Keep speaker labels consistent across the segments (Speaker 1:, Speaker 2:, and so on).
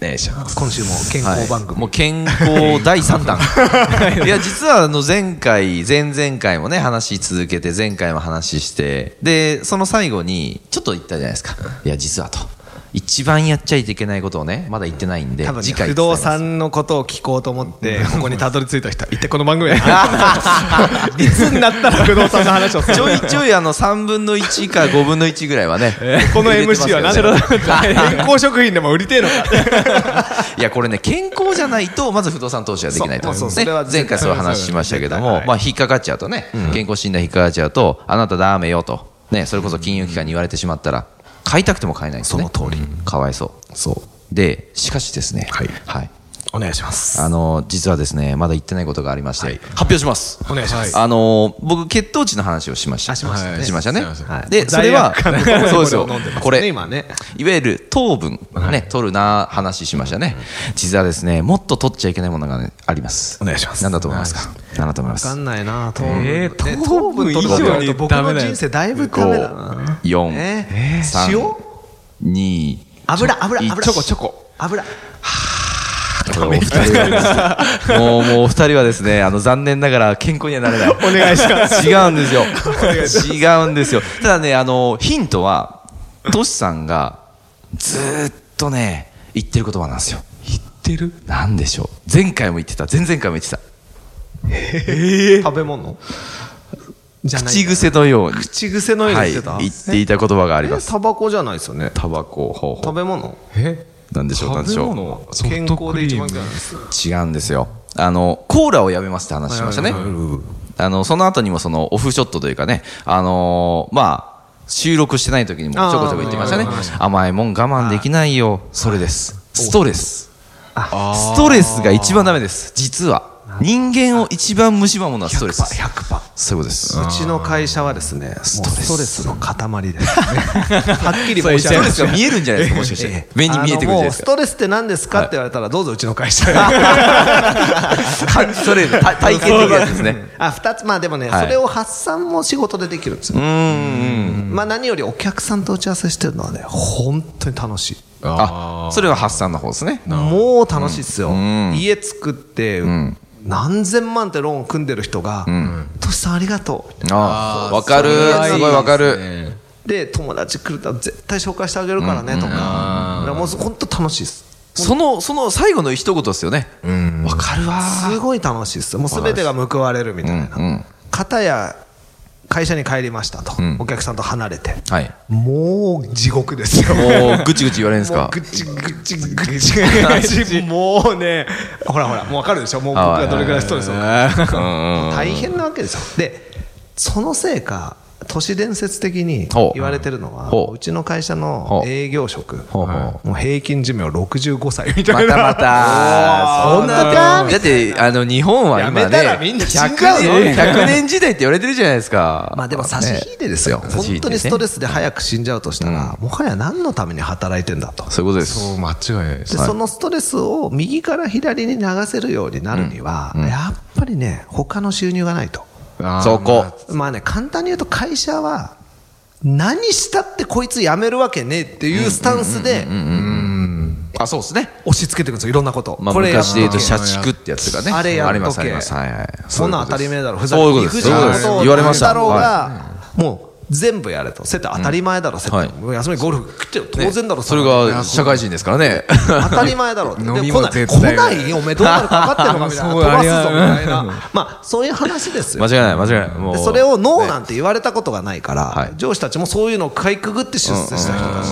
Speaker 1: お願いします。
Speaker 2: 今週も健康番組、
Speaker 1: もう健康第3弾 いや実はあの前回前々回もね話し続けて前回も話してでその最後にちょっと言ったじゃないですかいや実はと一番やっちゃいけないことをねまだ言ってないんで
Speaker 2: 多分ね
Speaker 1: 次回
Speaker 2: 不動産のことを聞こうと 思ってここにたどり着いた人は一体この番組やいつになったら不動産の話を す
Speaker 1: ち
Speaker 2: る
Speaker 1: ょいちょいあの3分の1か5分の1ぐらいはね
Speaker 2: この MC は何だろう 健康食品でも売りてえのか
Speaker 1: いやこれね健康じゃないとまず不動産投資はできないと
Speaker 2: そうそうそれは
Speaker 1: ね前回そういう話しましたけど
Speaker 2: 絶
Speaker 1: も
Speaker 2: 対
Speaker 1: まあ引っかかっちゃうとね健康診断引っかかっちゃうとあなたダメよとねそれこそ金融機関に言われてしまったら買いたくても買えないんですね
Speaker 2: その通り
Speaker 1: かわいそう
Speaker 2: そう
Speaker 1: でしかしですね
Speaker 2: はい
Speaker 1: はい
Speaker 2: お願いします
Speaker 1: あの実はですねまだ言ってないことがありまして発表します
Speaker 2: お願いします
Speaker 1: あの僕血糖値の話をしました
Speaker 2: あしましたね
Speaker 1: しましたね
Speaker 3: はいすいません
Speaker 1: はいでそれは
Speaker 2: 罪悪感の
Speaker 1: そうですよ
Speaker 2: これを飲んでますね
Speaker 1: これ
Speaker 2: 今ね
Speaker 1: いわゆる糖分ね取るな話しましたね実はですねもっと取っちゃいけないものがねあります
Speaker 2: お願いします
Speaker 1: 何だと思いますか何だと思いま
Speaker 2: 分か
Speaker 1: す
Speaker 2: んないな糖
Speaker 3: え
Speaker 2: 分
Speaker 3: ー
Speaker 2: ね
Speaker 3: 糖分
Speaker 2: 以上に僕の人生だいぶダメだな
Speaker 1: 五四
Speaker 2: えー
Speaker 1: 三
Speaker 2: 塩
Speaker 1: 2
Speaker 2: 油油油
Speaker 1: チョコチョ
Speaker 2: コ油
Speaker 1: これお二人はですね もうもうお二人はですねあの残念ながら健康にはなれない
Speaker 2: お願いします
Speaker 1: 違うんですよ。違うんですよ。ただね、あの、ヒントは、トシさんがずーっとね、言ってる言葉なんですよ。
Speaker 2: 言ってる
Speaker 1: なんでしょう。前回も言ってた、前々回も言ってた。
Speaker 2: 食べ物じゃない
Speaker 1: 口癖のように、
Speaker 2: 口癖のよう
Speaker 1: は
Speaker 2: に
Speaker 1: い、
Speaker 2: してた、
Speaker 1: 言っていた言葉があります。
Speaker 2: えタバコじゃないですよね
Speaker 1: タバコ、方法
Speaker 2: 食。べ物
Speaker 3: え
Speaker 1: なんでしょう、なんでし
Speaker 3: 食べ
Speaker 1: ょ
Speaker 3: 物ソフ
Speaker 2: 健
Speaker 3: ト
Speaker 2: 康
Speaker 3: ク
Speaker 2: で
Speaker 3: リ
Speaker 2: 一
Speaker 3: ー
Speaker 2: 番いい
Speaker 3: ム
Speaker 2: じゃないですか
Speaker 1: う。違うんですよ。あの、コーラをやめますって話しましたね。あの、その後にもそのオフショットというかね、あのーまあ、収録してない時にもちょこちょこ言ってましたね
Speaker 2: あーはい。
Speaker 1: 甘いもん我慢できないよ。それです。ストレス。ストレスが一番ダメです。実は。人間を一番蝕むものはストレスです。
Speaker 2: 100%
Speaker 1: そういうことです。
Speaker 2: うちの会社はですねスト
Speaker 1: レス
Speaker 2: ストレスの塊です、ね、 はっきり申し
Speaker 1: ス
Speaker 2: 上
Speaker 1: ト
Speaker 2: げま
Speaker 1: レ
Speaker 2: す
Speaker 1: スが見えるんじゃないですか、もしかして。目に見えてくるんじゃない
Speaker 2: あのも
Speaker 1: で
Speaker 2: う
Speaker 1: す
Speaker 2: ス
Speaker 1: か。
Speaker 2: トレスって何ですかって言われたらどうぞうちの会社
Speaker 1: 感じ取れ る。た体験的なやつですね。
Speaker 2: あ二つまあでもね、
Speaker 1: はい
Speaker 2: それを発散も仕事でできるんですよまあ何よりお客さんと打ち合わせしてるのはね本当に楽しい
Speaker 1: あ、それは発散の方ですね。
Speaker 2: もう楽しいっすよ、
Speaker 1: ん
Speaker 2: 家作って、何千万ってローン組んでる人が「トシさんありがとう」
Speaker 1: ああ、わかる。
Speaker 2: それはいいです
Speaker 1: す
Speaker 2: ね
Speaker 1: ごいわかる。
Speaker 2: で友達来ると絶対紹介してあげるからねとか,、だからもう本当楽しいです
Speaker 1: その、その最後の一言ですよね。わかるわ。
Speaker 2: すごい楽しいですもう全てが報われるみたいな、
Speaker 1: うんうん
Speaker 2: 片や会社に帰りましたと、
Speaker 1: ん
Speaker 2: お客さんと離れて
Speaker 1: はい。
Speaker 2: もう地獄ですよ
Speaker 1: もう、ぐちぐち言われるんです
Speaker 2: もう
Speaker 1: か
Speaker 2: ぐちぐちぐちぐち もうねほらほらもう分かるでしょもう僕がどれぐらいストレスを大変なわけですよでそのせいか都市伝説的に
Speaker 1: ほう
Speaker 2: 言われてるのは
Speaker 1: ほう
Speaker 2: うちの会社の
Speaker 1: ほう
Speaker 2: 営業職
Speaker 1: ほうほ
Speaker 2: もう平均寿命65歳みた
Speaker 1: ま
Speaker 2: いな
Speaker 1: たまた。
Speaker 2: おー
Speaker 1: そんな
Speaker 2: 本当か
Speaker 1: だって、あの、日本は今
Speaker 2: やめ
Speaker 1: ね、
Speaker 2: たらみんな死んじゃうぞ
Speaker 1: 100年100年時代って言われてるじゃないですか。
Speaker 2: まあでも差し引いてですよ、
Speaker 1: ね差し引い
Speaker 2: 本
Speaker 1: て
Speaker 2: 当
Speaker 1: ね
Speaker 2: にストレスで早く死んじゃうとしたら、もはや何のために働いてんだと、
Speaker 1: そういうことで
Speaker 3: そ
Speaker 1: す。
Speaker 3: う間違いないです
Speaker 2: でそのストレスを右から左に流せるようになるには、やっぱりね、他の収入がないと、
Speaker 3: あー
Speaker 1: そこ
Speaker 3: まあ
Speaker 2: まあね、簡単に言うと、会社は何したってこいつ辞めるわけねえっていうスタンスで
Speaker 1: あ、そうですね。
Speaker 2: 押し付けてくるんですよ、いろんなこと、
Speaker 1: まあ、
Speaker 2: これやっと
Speaker 1: 昔で言
Speaker 2: け
Speaker 1: うと、社畜ってやつがね。
Speaker 2: あれや
Speaker 1: あ
Speaker 2: っとけ
Speaker 1: ります、あります。はいはい。
Speaker 2: そんなん当たり前だろ、ふざ
Speaker 1: そういうことです。
Speaker 2: 理不尽
Speaker 1: そういうこ
Speaker 2: な
Speaker 1: とで
Speaker 2: こ
Speaker 1: す
Speaker 2: とを
Speaker 1: 言われました。
Speaker 2: だろう
Speaker 1: はい
Speaker 2: が、もう全部やれと、セット当たり前だろ、セット、
Speaker 1: はい
Speaker 2: もう休みゴルフ食ってよ当然だろ、
Speaker 1: それ
Speaker 2: んな
Speaker 1: が社会人ですからね。
Speaker 2: 当たり前だろって
Speaker 3: 飲み
Speaker 2: で
Speaker 3: も
Speaker 2: 来ない
Speaker 3: 絶対
Speaker 2: 来ないよおめえどうなるか分かってんのか みたいな
Speaker 3: そう
Speaker 2: 飛ばすぞ
Speaker 3: あ
Speaker 2: み
Speaker 3: れは
Speaker 2: たいなまあそういう話です よ
Speaker 1: 間違いない、間違いない。もう。
Speaker 2: でそれをノーなんて言われたことがないから、
Speaker 1: はい
Speaker 2: 上司たちもそういうのをかいくぐって出世した人たちだから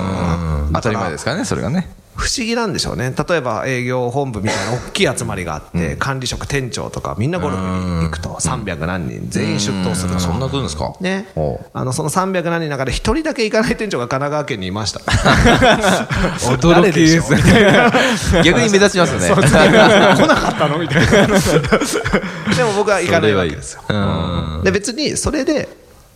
Speaker 1: 当たり前ですからね、それがね。
Speaker 2: 不思議なんでしょうね例えば営業本部みたいな大きい集まりがあって、管理職店長とかみんなゴルフに行くと300何人全員出頭すると
Speaker 1: そんな来るんですか
Speaker 2: ね
Speaker 1: おう、
Speaker 2: あのその300何人の中で1人だけ行かない店長が神奈川県にい ました
Speaker 3: 驚きですね
Speaker 2: 誰しょう
Speaker 1: 逆に目立ちますよ ね。
Speaker 2: 来なかったのみたいなで も僕は行かないわけですよ
Speaker 1: それはいいうん
Speaker 2: で別にそれで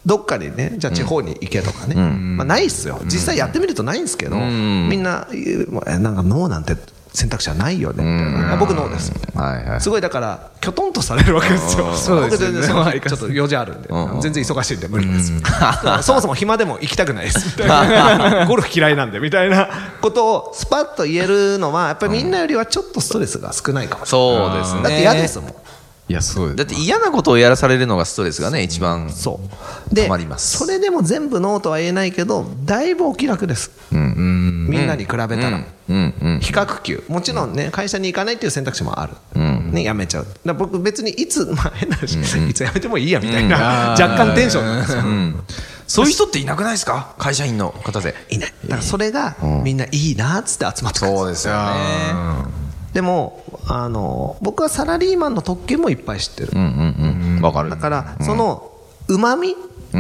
Speaker 2: どっかにねじゃあ地方に行けとかね、まあ、ないっすよ実際やってみるとないんですけど、
Speaker 1: ん
Speaker 2: みんなえもうえなんかノーなんて選択肢はないよねみたいな、あ僕ノーですみたいな
Speaker 1: はいはい
Speaker 2: すごいだからきょとんとされるわけですよ
Speaker 3: そうですよ
Speaker 2: 僕
Speaker 3: ね
Speaker 2: 全然その日ちょっと用事あるんで
Speaker 1: うん
Speaker 2: 全然忙しいんで無理ですみたいな そもそも暇でも行きたくないです みたいなゴルフ嫌いなんでみたいなことをスパッと言えるのはやっぱりみんなよりはちょっとストレスが少ないかもしれ
Speaker 1: そうですね。
Speaker 2: ないだって嫌ですもん
Speaker 3: いやそう
Speaker 1: だって嫌なことをやらされるのがストレスがね、一番。
Speaker 2: そうで
Speaker 1: 止まります
Speaker 2: それでも全部ノーとは言えないけどだいぶお気楽です、みんなに比べたら、
Speaker 1: うんうん。
Speaker 2: 比較級もちろんね会社に行かないっていう選択肢もある、ね、辞めちゃうだから僕別にいつ、まあ、変な話、いつ辞めてもいいやみたいな、 若干テンションなんですよ、
Speaker 1: そういう人っていなくないですか会社員の方で。
Speaker 2: いないだからそれがみんないいなっつって集まってくるんです
Speaker 1: すよね。
Speaker 2: でもあの僕はサラリーマンの特権もいっぱい知ってる、
Speaker 1: うんうんうん。わかる。
Speaker 2: だから、そのうまみ、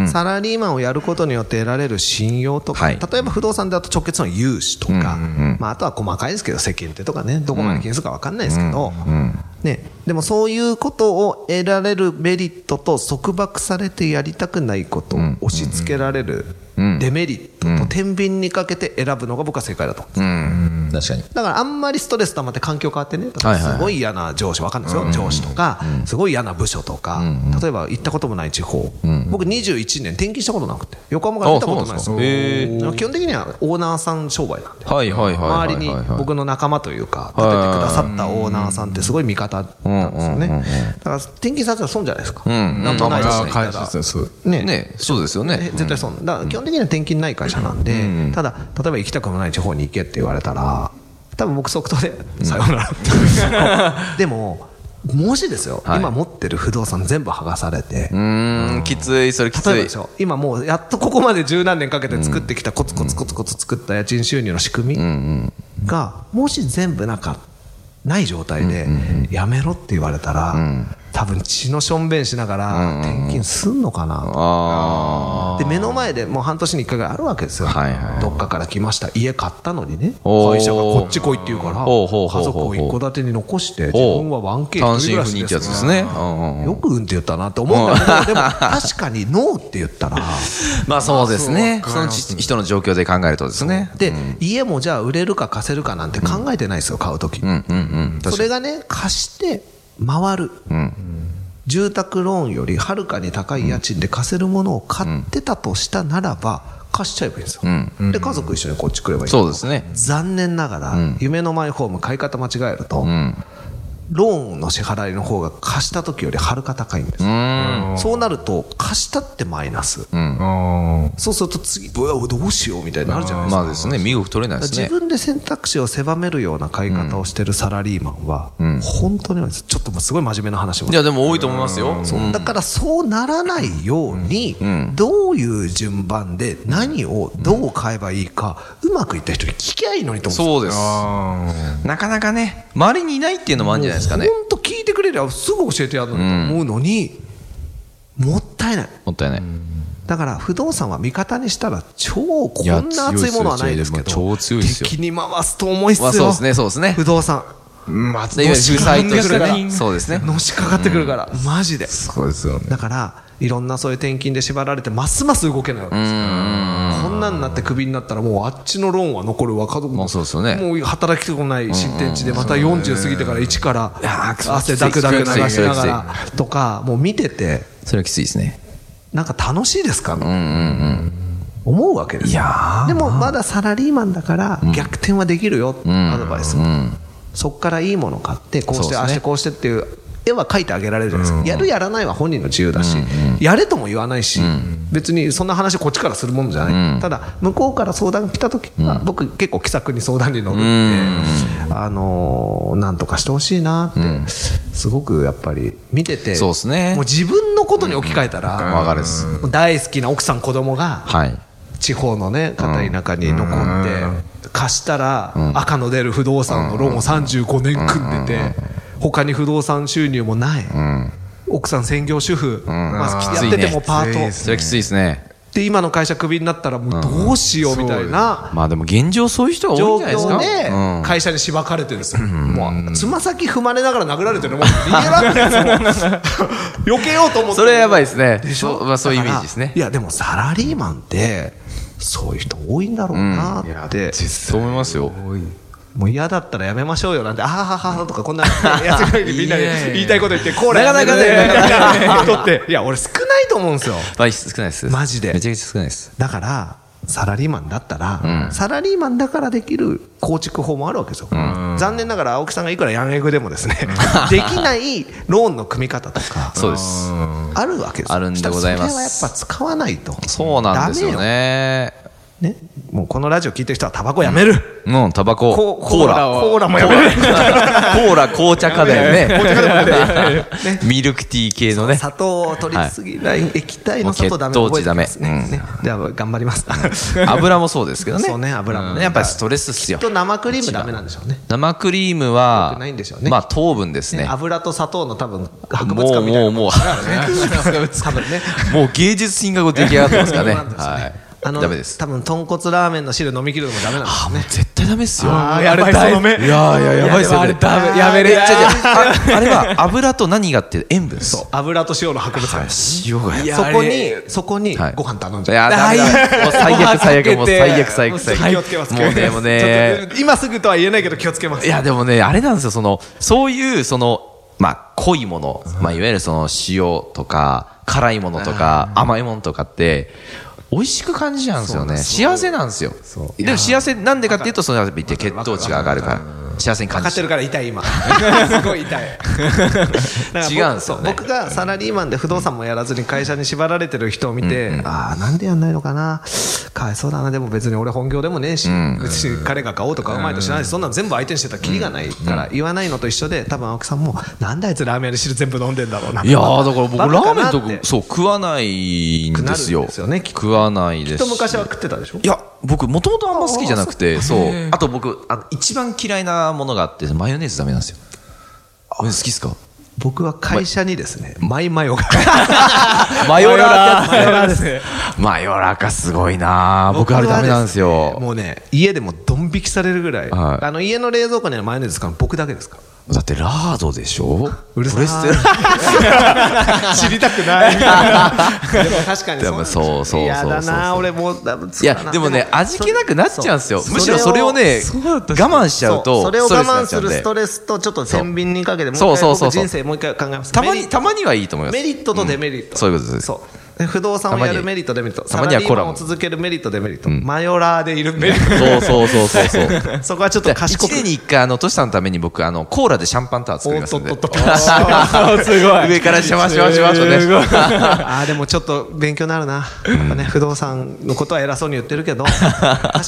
Speaker 2: サラリーマンをやることによって得られる信用とか、
Speaker 1: はい
Speaker 2: 例えば不動産だと直結の融資とか、まあ、あとは細かいですけど、世間体とかね、どこまで気にするか分かんないですけど、ね、でもそういうことを得られるメリットと、束縛されてやりたくないことを押し付けられるデメリットと、天秤にかけて選ぶのが僕は正解だと思うんです
Speaker 1: うん。確かに。
Speaker 2: だからあんまりストレス溜まって環境変わってね、例えば
Speaker 1: はいはい
Speaker 2: すごい嫌な上司、わかんないですよ、上司とか、すごい嫌な部署とか、例えば行ったこともない地方、僕21年転勤したことなくて、横浜から出たことないんですよ。
Speaker 1: あそうなんですかへ
Speaker 2: 基本的にはオーナーさん商売なんで。
Speaker 1: はいはいはいはいはいはい。
Speaker 2: 周りに僕の仲間というか、立ててくださったオーナーさんってすごい味方なんですよね。
Speaker 1: うんうんうんうん
Speaker 2: だから転勤させたら損じゃないですか。
Speaker 1: ん
Speaker 2: なんともないです
Speaker 3: あ
Speaker 2: よ
Speaker 3: あ
Speaker 2: ね
Speaker 3: 会社ですねそう
Speaker 2: ね
Speaker 1: ね、そうですよ
Speaker 2: え
Speaker 1: ね。
Speaker 2: 絶対そうだから基本的には転勤ない会社なんで、ただ例えば行きたくもない地方に行けって言われたら多分僕即答で「さようなら」って でももしですよ、
Speaker 1: はい
Speaker 2: 今持ってる不動産全部剥がされて、
Speaker 1: うーん、きつい、それきつ
Speaker 2: 例えば
Speaker 1: い
Speaker 2: で。しょ今もうやっとここまで十何年かけて作ってきたコツコツコツコツ作った家賃収入の仕組みがもし全部なんかない状態でやめろって言われたら、多分血のしょんべんしながら転勤すんのかなと
Speaker 1: あ
Speaker 2: で目の前でもう半年に1回ぐらいあるわけですよ、
Speaker 1: はいはい
Speaker 2: どっかから来ました家買ったのにね
Speaker 1: おー
Speaker 2: 会社がこっち来いって言うから
Speaker 1: ほうほうほ
Speaker 2: 家
Speaker 1: うほう
Speaker 2: 族を一戸建てに残して自
Speaker 1: おう
Speaker 2: 分は 1K
Speaker 1: 単
Speaker 2: 一
Speaker 1: 身
Speaker 2: 人暮ら
Speaker 1: 赴
Speaker 2: し
Speaker 1: 任っ
Speaker 2: で
Speaker 1: てやつですすね。うんうんうん
Speaker 2: よくうんって言ったなって思うんだけどでも確かにノーって言 ったら
Speaker 1: まあそうですね。そのち人の状況で考えるとですね。
Speaker 2: で、家もじゃあ売れるか貸せるかなんて考えてないですよ、買う時、
Speaker 1: うんうんうん。
Speaker 2: そ
Speaker 1: 確か
Speaker 2: れがね貸して回る、住宅ローンよりはるかに高い家賃で貸せるものを買ってたとしたならば貸しちゃえばいいんですよ、で家族一緒にこっち来ればいい
Speaker 1: に。そうですね。
Speaker 2: 残念ながら、夢のマイホーム買い方間違えると、ローンの支払いの方が貸した時よりはるか高いんです、そうなると貸したってマイナス、
Speaker 3: あ
Speaker 2: そうすると次うわどうしようみたいになるじゃないですか
Speaker 1: まあですね、身動き取れないです
Speaker 2: 自
Speaker 1: ね。
Speaker 2: 分で選択肢を狭めるような買い方をしてるサラリーマンは、本当に多いですちょっともうすごい真面目な話を
Speaker 1: いや、でも多いと思いますよ。うん
Speaker 2: だからそうならないように、どういう順番で何をどう買えばいいか、うまくいった人に聞きゃいいのにと思うんですよ
Speaker 1: そうです。なかなかね、周りにいないっていうのもあるんじゃないですかね。
Speaker 2: 本当聞いてくれりゃすぐ教えてやるのにと思うのに、もったいない
Speaker 1: もったいない。
Speaker 2: だから不動産は味方にしたら超こんな熱いものはないですけど
Speaker 3: いや強いですよ強いですよ
Speaker 2: 敵に回すと重いっすよ、
Speaker 1: まあそうですねそうですね
Speaker 2: 不動産
Speaker 3: まあ
Speaker 1: でいわゆる負債と
Speaker 2: のしかか
Speaker 1: し
Speaker 2: ってくる
Speaker 1: て
Speaker 2: か
Speaker 1: そうですね
Speaker 2: ら。のしかかってくるから、マジで
Speaker 3: そうですよね
Speaker 2: だからいろんなそういう転勤で縛られてますます動けないわけですよこんなんなってクビになったらもうあっちのローンは残る若
Speaker 1: まあそうですよね
Speaker 2: もう働きたくない新天地でまた40過ぎてから1から
Speaker 1: やー
Speaker 2: 汗だくだく流
Speaker 1: きついきついきつ
Speaker 2: し
Speaker 1: い
Speaker 2: ながらとかもう見てて
Speaker 1: それはきついですね。
Speaker 2: なんか楽しいですかみたいな思うわけですよでもまだサラリーマンだから逆転はできるよってアドバイスも、そこからいいもの買ってこうして
Speaker 1: そう
Speaker 2: ああ
Speaker 1: ですね
Speaker 2: してこうしてっていう絵は描いてあげられるじゃないですかやるやらないは本人の自由だしやれとも言わないし別にそんな話こっちからするもんじゃないただ向こうから相談来た時は僕結構気さくに相談に乗るんであのーなんとかしてほしいなってすごくやっぱり見てて
Speaker 1: そうですね
Speaker 2: もう自分のことに置き換えたら
Speaker 1: わかるです。
Speaker 2: 大好きな奥さん子供が
Speaker 1: はい。
Speaker 2: 地方のね片田舎に残って貸したら赤の出る不動産のローンを35年組んでて他に不動産収入もない奥さん専業主婦まあ
Speaker 1: きつ
Speaker 2: や
Speaker 1: い
Speaker 2: っ
Speaker 1: ね
Speaker 2: ててもパー
Speaker 3: きつ
Speaker 2: ト
Speaker 3: いです
Speaker 1: それはきついですね。
Speaker 2: で今の会社クビになったらもうどうしようみたいな
Speaker 1: まあでも現状そういう人が多いん
Speaker 2: 状
Speaker 1: じゃないですか。
Speaker 2: 況で
Speaker 1: うん
Speaker 2: 会社にしばかれてるんですよ、もうつま先踏まれながら殴られてるのもう逃げら れないですよ避けようと思って
Speaker 1: それはやばいですね。
Speaker 2: でしょ
Speaker 1: そうまあそういうイメージです
Speaker 2: だ
Speaker 1: ね
Speaker 2: からい。やでもサラリーマンってそういう人多いんだろうなって、
Speaker 1: そう思いますよ。
Speaker 2: もう嫌だったらやめましょうよなんて、あはははとか、こんな、やつぐらいにみんな で言いたいこと言って、こう
Speaker 1: なかなかね
Speaker 2: 人って、いや、俺少ないと思うんですよ。
Speaker 1: まあ少ないです。
Speaker 2: マジで
Speaker 1: めちゃくちゃ少ないです。
Speaker 2: だから、サラリーマンだったら、サラリーマンだからできる構築法もあるわけですよ。残念ながら、青木さんがいくらヤンエグでもですね、できないローンの組み方とか、
Speaker 1: そうです。
Speaker 2: あるわけですよ
Speaker 1: あるんでございます
Speaker 2: それはやっぱ使わないと。
Speaker 1: そうなんですよ
Speaker 2: ダメよ。
Speaker 1: ね。
Speaker 2: ね。もうこのラジオ聞いてる人はタバコやめる。
Speaker 1: うん、タバコ。
Speaker 2: コ
Speaker 1: コーラ。
Speaker 2: コーラもやめる。
Speaker 1: コーラ、紅茶か だよ ね。ミルクティー系のね。
Speaker 2: 砂糖を取りすぎない、液体の砂糖ダメ
Speaker 1: もう血糖値
Speaker 2: 覚えてますね
Speaker 1: ダメうん
Speaker 2: ねじゃあ頑張ります。
Speaker 1: 油もそうですけどね。
Speaker 2: そうね油もね
Speaker 1: うんやっぱりストレスっす
Speaker 2: きっ
Speaker 1: よ。
Speaker 2: と生クリームダメなんでしょうね。
Speaker 1: 生クリーム
Speaker 2: 良
Speaker 1: は
Speaker 2: くないんでしょうね、
Speaker 1: まあ糖分ですね。
Speaker 2: 油と砂糖の多分博物
Speaker 1: も
Speaker 2: 館
Speaker 1: う、
Speaker 2: みた
Speaker 1: も
Speaker 2: いな
Speaker 1: う、もう、
Speaker 2: 多分ね。
Speaker 1: もう芸術品がこう出来上がってますからね。
Speaker 2: そうなんですよね
Speaker 1: はい。
Speaker 2: あの
Speaker 1: ダメです。
Speaker 2: 多分豚骨ラーメンの汁飲み切るのもダメなんです
Speaker 1: あ
Speaker 2: よ
Speaker 1: もう
Speaker 2: ね。
Speaker 1: 絶対ダメっすよ。
Speaker 2: あーやばいその目
Speaker 1: いやいや、やばいっすよ。
Speaker 3: あれダメやめ
Speaker 1: め
Speaker 3: れ
Speaker 1: っちゃああれ は油と何がって塩分っす。
Speaker 2: そう油と塩の博物
Speaker 1: はい
Speaker 2: 館。
Speaker 1: 塩がや
Speaker 3: いや
Speaker 2: そこ
Speaker 3: あ
Speaker 2: に
Speaker 3: れ
Speaker 2: そこに
Speaker 1: はい
Speaker 2: ご飯頼ん
Speaker 1: い
Speaker 2: じゃう。
Speaker 1: や、ダメだ。もう最 悪、最悪、もう最悪、最悪、最悪。
Speaker 2: 気をつけます。
Speaker 1: もうね、もうね。
Speaker 2: ちょっと今すぐとは言えないけど気をつけます。
Speaker 1: いや、でもね、あれなんですよ、その、そういう、その、まあ、濃いもの、まあ、いわゆるその、塩とか、辛いものとか、甘いものとかって、美味しく感じちゃうんですよね。幸せなんですよ。でも幸せ、なんでかっていうと、そのやっぱ言って血糖値が上がるから、幸せに
Speaker 2: 分
Speaker 1: 感
Speaker 2: か
Speaker 1: じち
Speaker 2: って
Speaker 1: ゃう
Speaker 2: るから痛い 今すごい痛いだから僕
Speaker 1: 違うんですよね
Speaker 2: そう僕がサラリーマンで不動産もやらずに会社に縛られてる人を見て、ああなんでやんないのかなかわいそうだなでも別に俺本業でもねえし、別に彼が買おうとかうまいとしないし、そんなの全部相手にしてたらキリがないから、言わないのと一緒で多分青木さんもなんだあいつラーメン屋で汁全部飲んでんだろうない
Speaker 1: やー、だから僕、
Speaker 2: バ
Speaker 1: ラ
Speaker 2: カ
Speaker 1: ー
Speaker 2: か
Speaker 1: メ
Speaker 2: な
Speaker 1: ン
Speaker 2: って
Speaker 1: とか、そう、食わないんです
Speaker 2: なるん
Speaker 1: よ。
Speaker 2: ですよねきっと
Speaker 1: 食わないです
Speaker 2: きっと
Speaker 1: し。
Speaker 2: 昔は食ってたでしょ
Speaker 1: いや、僕、もともとあんま好きじゃなくて、そう。あと僕、あの一番嫌いなものがあって、マヨネーズダメなんですよ。マヨネーズ好きっすか
Speaker 2: 僕は会社にですねマイマヨが
Speaker 1: マヨラーって
Speaker 2: マ
Speaker 1: や
Speaker 2: ヨラーですね
Speaker 1: つマヨラーかすごいな僕あれダメなんです
Speaker 2: 僕はね
Speaker 1: よ。
Speaker 2: もうね、家でもドン引きされるぐらい、
Speaker 1: はい
Speaker 2: あの家の冷蔵庫にあるマヨネーズ使うの僕だけです から。
Speaker 1: だってラードでしょ
Speaker 2: うるさい
Speaker 1: プレステ ラ
Speaker 2: 知りたく ない。でも確かに
Speaker 1: でもそうそうそうそう
Speaker 2: やだな、俺もうだ
Speaker 1: いや、でもね、味気なくなっちゃうんですよ。むしろそれをね、我慢しちゃうと、
Speaker 2: それを我慢
Speaker 1: ストレスになっちゃ
Speaker 2: す
Speaker 1: うん
Speaker 2: る
Speaker 1: で
Speaker 2: ストレスとちょっと天秤にかけてもう一
Speaker 1: そう
Speaker 2: 回
Speaker 1: そうそう
Speaker 2: 僕
Speaker 1: そう
Speaker 2: 人生もう一回考えます
Speaker 1: たまに、たまにはいいと思います。
Speaker 2: メリットとデメリット、
Speaker 1: うんそういうことです
Speaker 2: そうで不動産をや
Speaker 1: たま
Speaker 2: る
Speaker 1: に
Speaker 2: メリットデメリット
Speaker 1: たまにはコラボ
Speaker 2: サラリーマンを続けるメリットデメリット、マヨラーでいるメリッ
Speaker 1: そうそうそうそうそう。
Speaker 2: トそこはちょっと賢
Speaker 1: 一
Speaker 2: く
Speaker 1: 年に一回、あの、トシさんのために僕、あの、コーラでシャンパンタワー作りますんで。
Speaker 2: おっとっとっと
Speaker 3: すごい。
Speaker 1: 上からシャワシャワシャワとね。
Speaker 2: ああでもちょっと勉強になるな、やっぱね、不動産のことは偉そうに言ってるけど確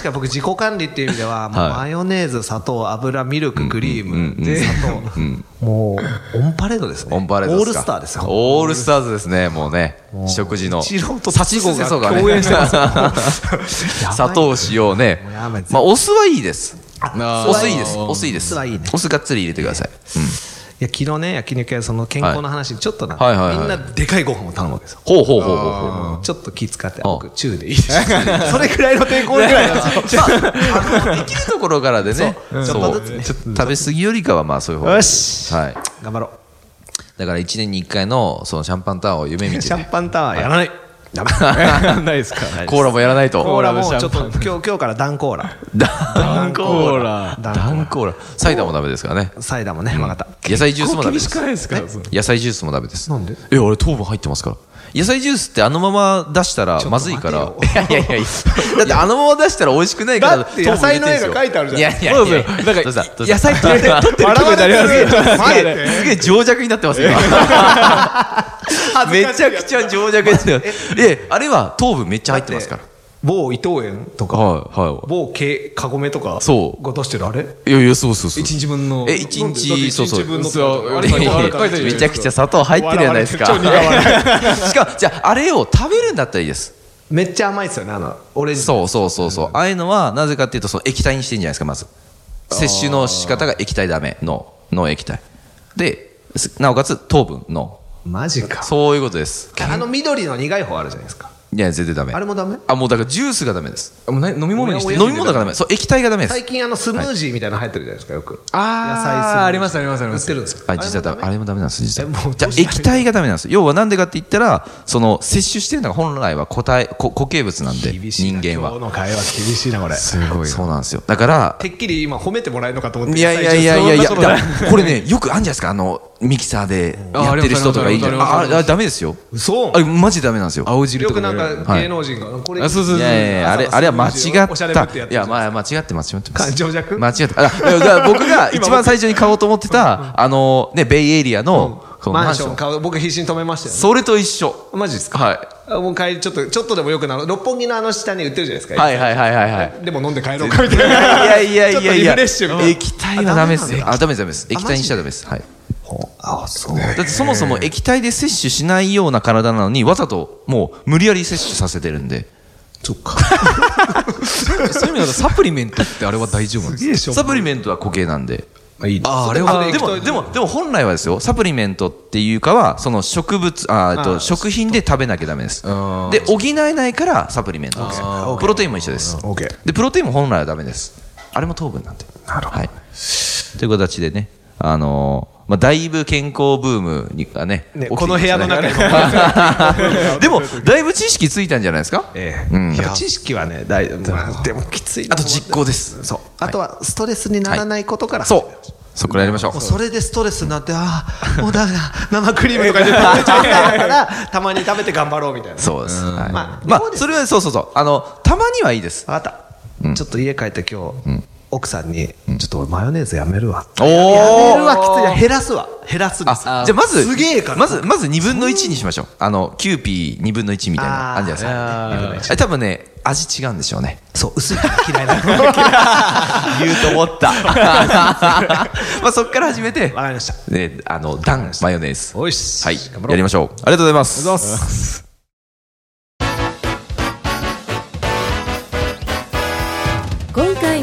Speaker 2: か僕自己管理っていう意味では、もう
Speaker 1: はい
Speaker 2: マヨネーズ砂糖油ミルククリーム、で砂糖、もうオンパレードですね
Speaker 1: オンパレード
Speaker 2: オ
Speaker 1: で
Speaker 2: ール
Speaker 1: すか
Speaker 2: スターですよ
Speaker 1: オールスターズですね、もうね。食事の。
Speaker 2: 一郎と
Speaker 1: サチスセソがね
Speaker 2: 共演し てます
Speaker 1: 砂糖塩ね
Speaker 2: もうやばい。
Speaker 1: まあ、お酢はいいです。
Speaker 3: あー
Speaker 1: お酢いいです。お酢いいで
Speaker 2: お
Speaker 1: す
Speaker 2: 酢はいいね。
Speaker 1: お酢がっつり入れてください。
Speaker 2: いや昨日ね焼肉屋その健康の話にちょっとな、
Speaker 1: はいはいはいはい
Speaker 2: みんなでかいご飯を頼むわけですよ
Speaker 1: ほうほうほうほうほう。
Speaker 2: ちょっと気使って
Speaker 1: あ
Speaker 2: 僕中でいい ですかそれくらいの抵抗ぐらいなんですよ
Speaker 1: まあ、あのできるところからでね、
Speaker 2: ん
Speaker 1: そう
Speaker 2: ちょっとずつね
Speaker 1: ちょっと食べ過ぎよりかは、まあ、そういう方がいい
Speaker 2: よし
Speaker 1: はい。
Speaker 2: 頑張ろう
Speaker 1: だから、1年に1回の、その、シャンパンタワーを夢見てね、
Speaker 2: シャンパンタワーやらない。ダメ
Speaker 3: ないですか
Speaker 1: コーラもやらないと。
Speaker 2: コーラも
Speaker 3: コーラも
Speaker 2: ちょっと
Speaker 3: シャ
Speaker 2: 今日今日からダンコーラ。
Speaker 1: ダン
Speaker 3: コーラ。
Speaker 2: ダン
Speaker 1: ダンコーラ。埼玉もダメですからね。
Speaker 2: サイダーもね、わかった。
Speaker 1: 野菜ジュースもダメです。
Speaker 3: ないですか
Speaker 1: 野菜ジュースもダメです。
Speaker 2: なんで
Speaker 1: え、あれ糖分入ってますから。野菜ジュースってあのまま出したらまずいから。 いやいやいやいや。だってあのまま出したら美味しくないから。
Speaker 2: だって野菜の絵が書いてあるじゃん
Speaker 1: ん。いやいやいや。
Speaker 3: そうですよなんか
Speaker 1: どうしたどうした
Speaker 3: 野菜 取って取ってる気
Speaker 2: 笑
Speaker 3: 分
Speaker 2: わ
Speaker 3: になり
Speaker 2: れ
Speaker 3: ま
Speaker 2: てる
Speaker 3: すよ。
Speaker 2: 前
Speaker 1: すげえすげえ情弱になってますよ。今めちゃくちゃ情弱ですよ。え、あれは糖分めっちゃ入ってますから。
Speaker 2: 某伊藤園とか、
Speaker 1: はいは
Speaker 2: 某ケカゴメとか、
Speaker 1: そう
Speaker 2: が出してるあれ
Speaker 1: い。いやいや、そうそうそう。
Speaker 3: 一日分の。
Speaker 1: え、一日、そうそう。
Speaker 2: 一日分の
Speaker 3: そう
Speaker 1: いやいや
Speaker 3: あれ書いてある
Speaker 1: めちゃくちゃ砂糖入ってるじゃないですか。
Speaker 2: 笑われてる超苦笑
Speaker 1: しかも、じゃあ、あれを食べるんだったらいいです。
Speaker 2: めっちゃ甘いですよねあのオレンジ
Speaker 1: そうそうそうそう、ああいうのはなぜかっていうとその液体にしてんじゃないですかまず摂取の仕方が液体ダメのの液体ですなおかつ糖分の
Speaker 2: マジか
Speaker 1: そういうことです
Speaker 2: あの緑の苦い方あるじゃないですか
Speaker 1: いや絶対ダメ
Speaker 2: あれもダメ
Speaker 1: あもうだからジュースがダメです
Speaker 3: もうな飲み物にして
Speaker 1: 飲み物がダメそう液体がダメです
Speaker 2: 最近あのスムージーみたいなの入ってるじゃないですかよく
Speaker 3: ああありますありますあ
Speaker 2: 売
Speaker 3: り
Speaker 2: っ
Speaker 3: ま
Speaker 2: て
Speaker 3: す
Speaker 2: るんですよ
Speaker 1: あ実はダメあれもダメなんです実は
Speaker 2: えもう
Speaker 1: じゃあ
Speaker 2: どうしたらいい
Speaker 1: 液体がダメなんです要はなんでかって言ったらその摂取してるのが本来は固体固固形物なんで人間
Speaker 2: 今日
Speaker 1: は
Speaker 2: の会話厳しいなこれ
Speaker 1: すごいそうなんですよだから
Speaker 2: てっきり今褒めてもらえるのかと思って
Speaker 1: いやいやいやいやいや
Speaker 2: そんなことな
Speaker 1: だからこれねよくあるんじゃないですかあのミキサーでやってる人とかいいじゃん
Speaker 3: ああり
Speaker 1: ああ
Speaker 3: ますありますあります
Speaker 1: ダメですよ
Speaker 2: 嘘
Speaker 1: あれマジダメなんですよ
Speaker 3: 青汁
Speaker 2: よ
Speaker 3: とか
Speaker 2: く
Speaker 3: も
Speaker 2: な
Speaker 3: 入れる
Speaker 2: んか芸能人がこれ
Speaker 3: あそうそう
Speaker 1: いやいやいやあれあれは間違
Speaker 2: お
Speaker 1: っ
Speaker 2: しゃれぶってや
Speaker 1: た
Speaker 2: っ
Speaker 1: い
Speaker 2: てる
Speaker 1: やまあ間違ってます間違ってます
Speaker 2: 感情弱
Speaker 1: 間違ってあだからだから僕が一番最初に買おうと思ってたあのねベイエリアのこの
Speaker 2: マ
Speaker 1: マ
Speaker 2: ン
Speaker 1: ン
Speaker 2: シ
Speaker 1: シ
Speaker 2: ョ
Speaker 1: ョ
Speaker 2: ン
Speaker 1: ン
Speaker 2: 買う僕必死に止めましたよね
Speaker 1: それと一緒
Speaker 2: マジですか
Speaker 1: はい
Speaker 2: あもう帰りちょっとちょっとでもよくなる六本木のあの下に売ってるじゃないですか
Speaker 1: はいはいはいはいはい
Speaker 2: でも飲んで帰ろう かみたい
Speaker 1: い
Speaker 2: な
Speaker 1: やいやいやいやいや
Speaker 2: ちょっとリフレッシュみたいな
Speaker 1: 液体はダメです
Speaker 2: あダメなんだ
Speaker 1: あダメですダメです液体にしちゃダメですはい
Speaker 2: あそう
Speaker 1: だってそもそも液体で摂取しないような体なのにわざともう無理やり摂取させてるんで
Speaker 2: そっか
Speaker 3: そういう意味だとサプリメントってあれは大丈夫なんですか
Speaker 2: でしょ
Speaker 1: サプリメントは固形なんで
Speaker 2: いいです
Speaker 3: ああれは
Speaker 1: あでもでもでも本来はですよサプリメントっていうかはその植物あーえっ
Speaker 2: あー
Speaker 1: と食品で食べなきゃダメですで補えないからサプリメントなんですよプロテインも一緒です
Speaker 2: オッケー
Speaker 1: でプロテインも本来はダメですあれも糖分なんで
Speaker 2: なるほど
Speaker 1: はい、という形でねあのーまあ、だいぶ健康ブームにがね起きて
Speaker 2: ね
Speaker 1: きましたね
Speaker 2: この部屋の中 に
Speaker 1: でもだいぶ知識ついたんじゃないですか、
Speaker 2: え
Speaker 1: う
Speaker 2: え
Speaker 1: ん
Speaker 2: やっぱ知識はね大まあでもきついな
Speaker 1: あと実行です
Speaker 2: そうあとはストレスにならないことから
Speaker 1: そうそこからやりましょう
Speaker 2: もうそれでストレスになってああ もうダメだ生クリームとかで食べちゃったから たまに食べて頑張ろうみたいな
Speaker 1: そうです、はい
Speaker 2: ま
Speaker 1: ま
Speaker 2: あ
Speaker 1: あ、
Speaker 2: どうです
Speaker 1: それはそうそうそうあのたまにはいいです
Speaker 2: 分かった、ちょっと家帰って今日、奥さんにちょっと俺マヨネーズやめるわ、
Speaker 1: お
Speaker 2: やめる
Speaker 1: お
Speaker 2: わきついな減らすわ減らすんです
Speaker 1: あじゃあまず
Speaker 2: すげえから
Speaker 1: まずまず2分の1にしましょうあのキューピー2分の1みたいな
Speaker 2: あー
Speaker 1: あるじゃないですか
Speaker 2: 2分の1
Speaker 1: あれ多分ね味違うんでしょうね
Speaker 2: そう薄いから嫌いな
Speaker 1: 言うと思った まあそっから始めて
Speaker 2: わかりました
Speaker 1: ね、あの、ダンマヨネーズ。
Speaker 2: おいっす
Speaker 1: はい
Speaker 2: 頑張ろ。う
Speaker 1: やりましょう。ありがとうございます。
Speaker 2: どうす
Speaker 4: 今回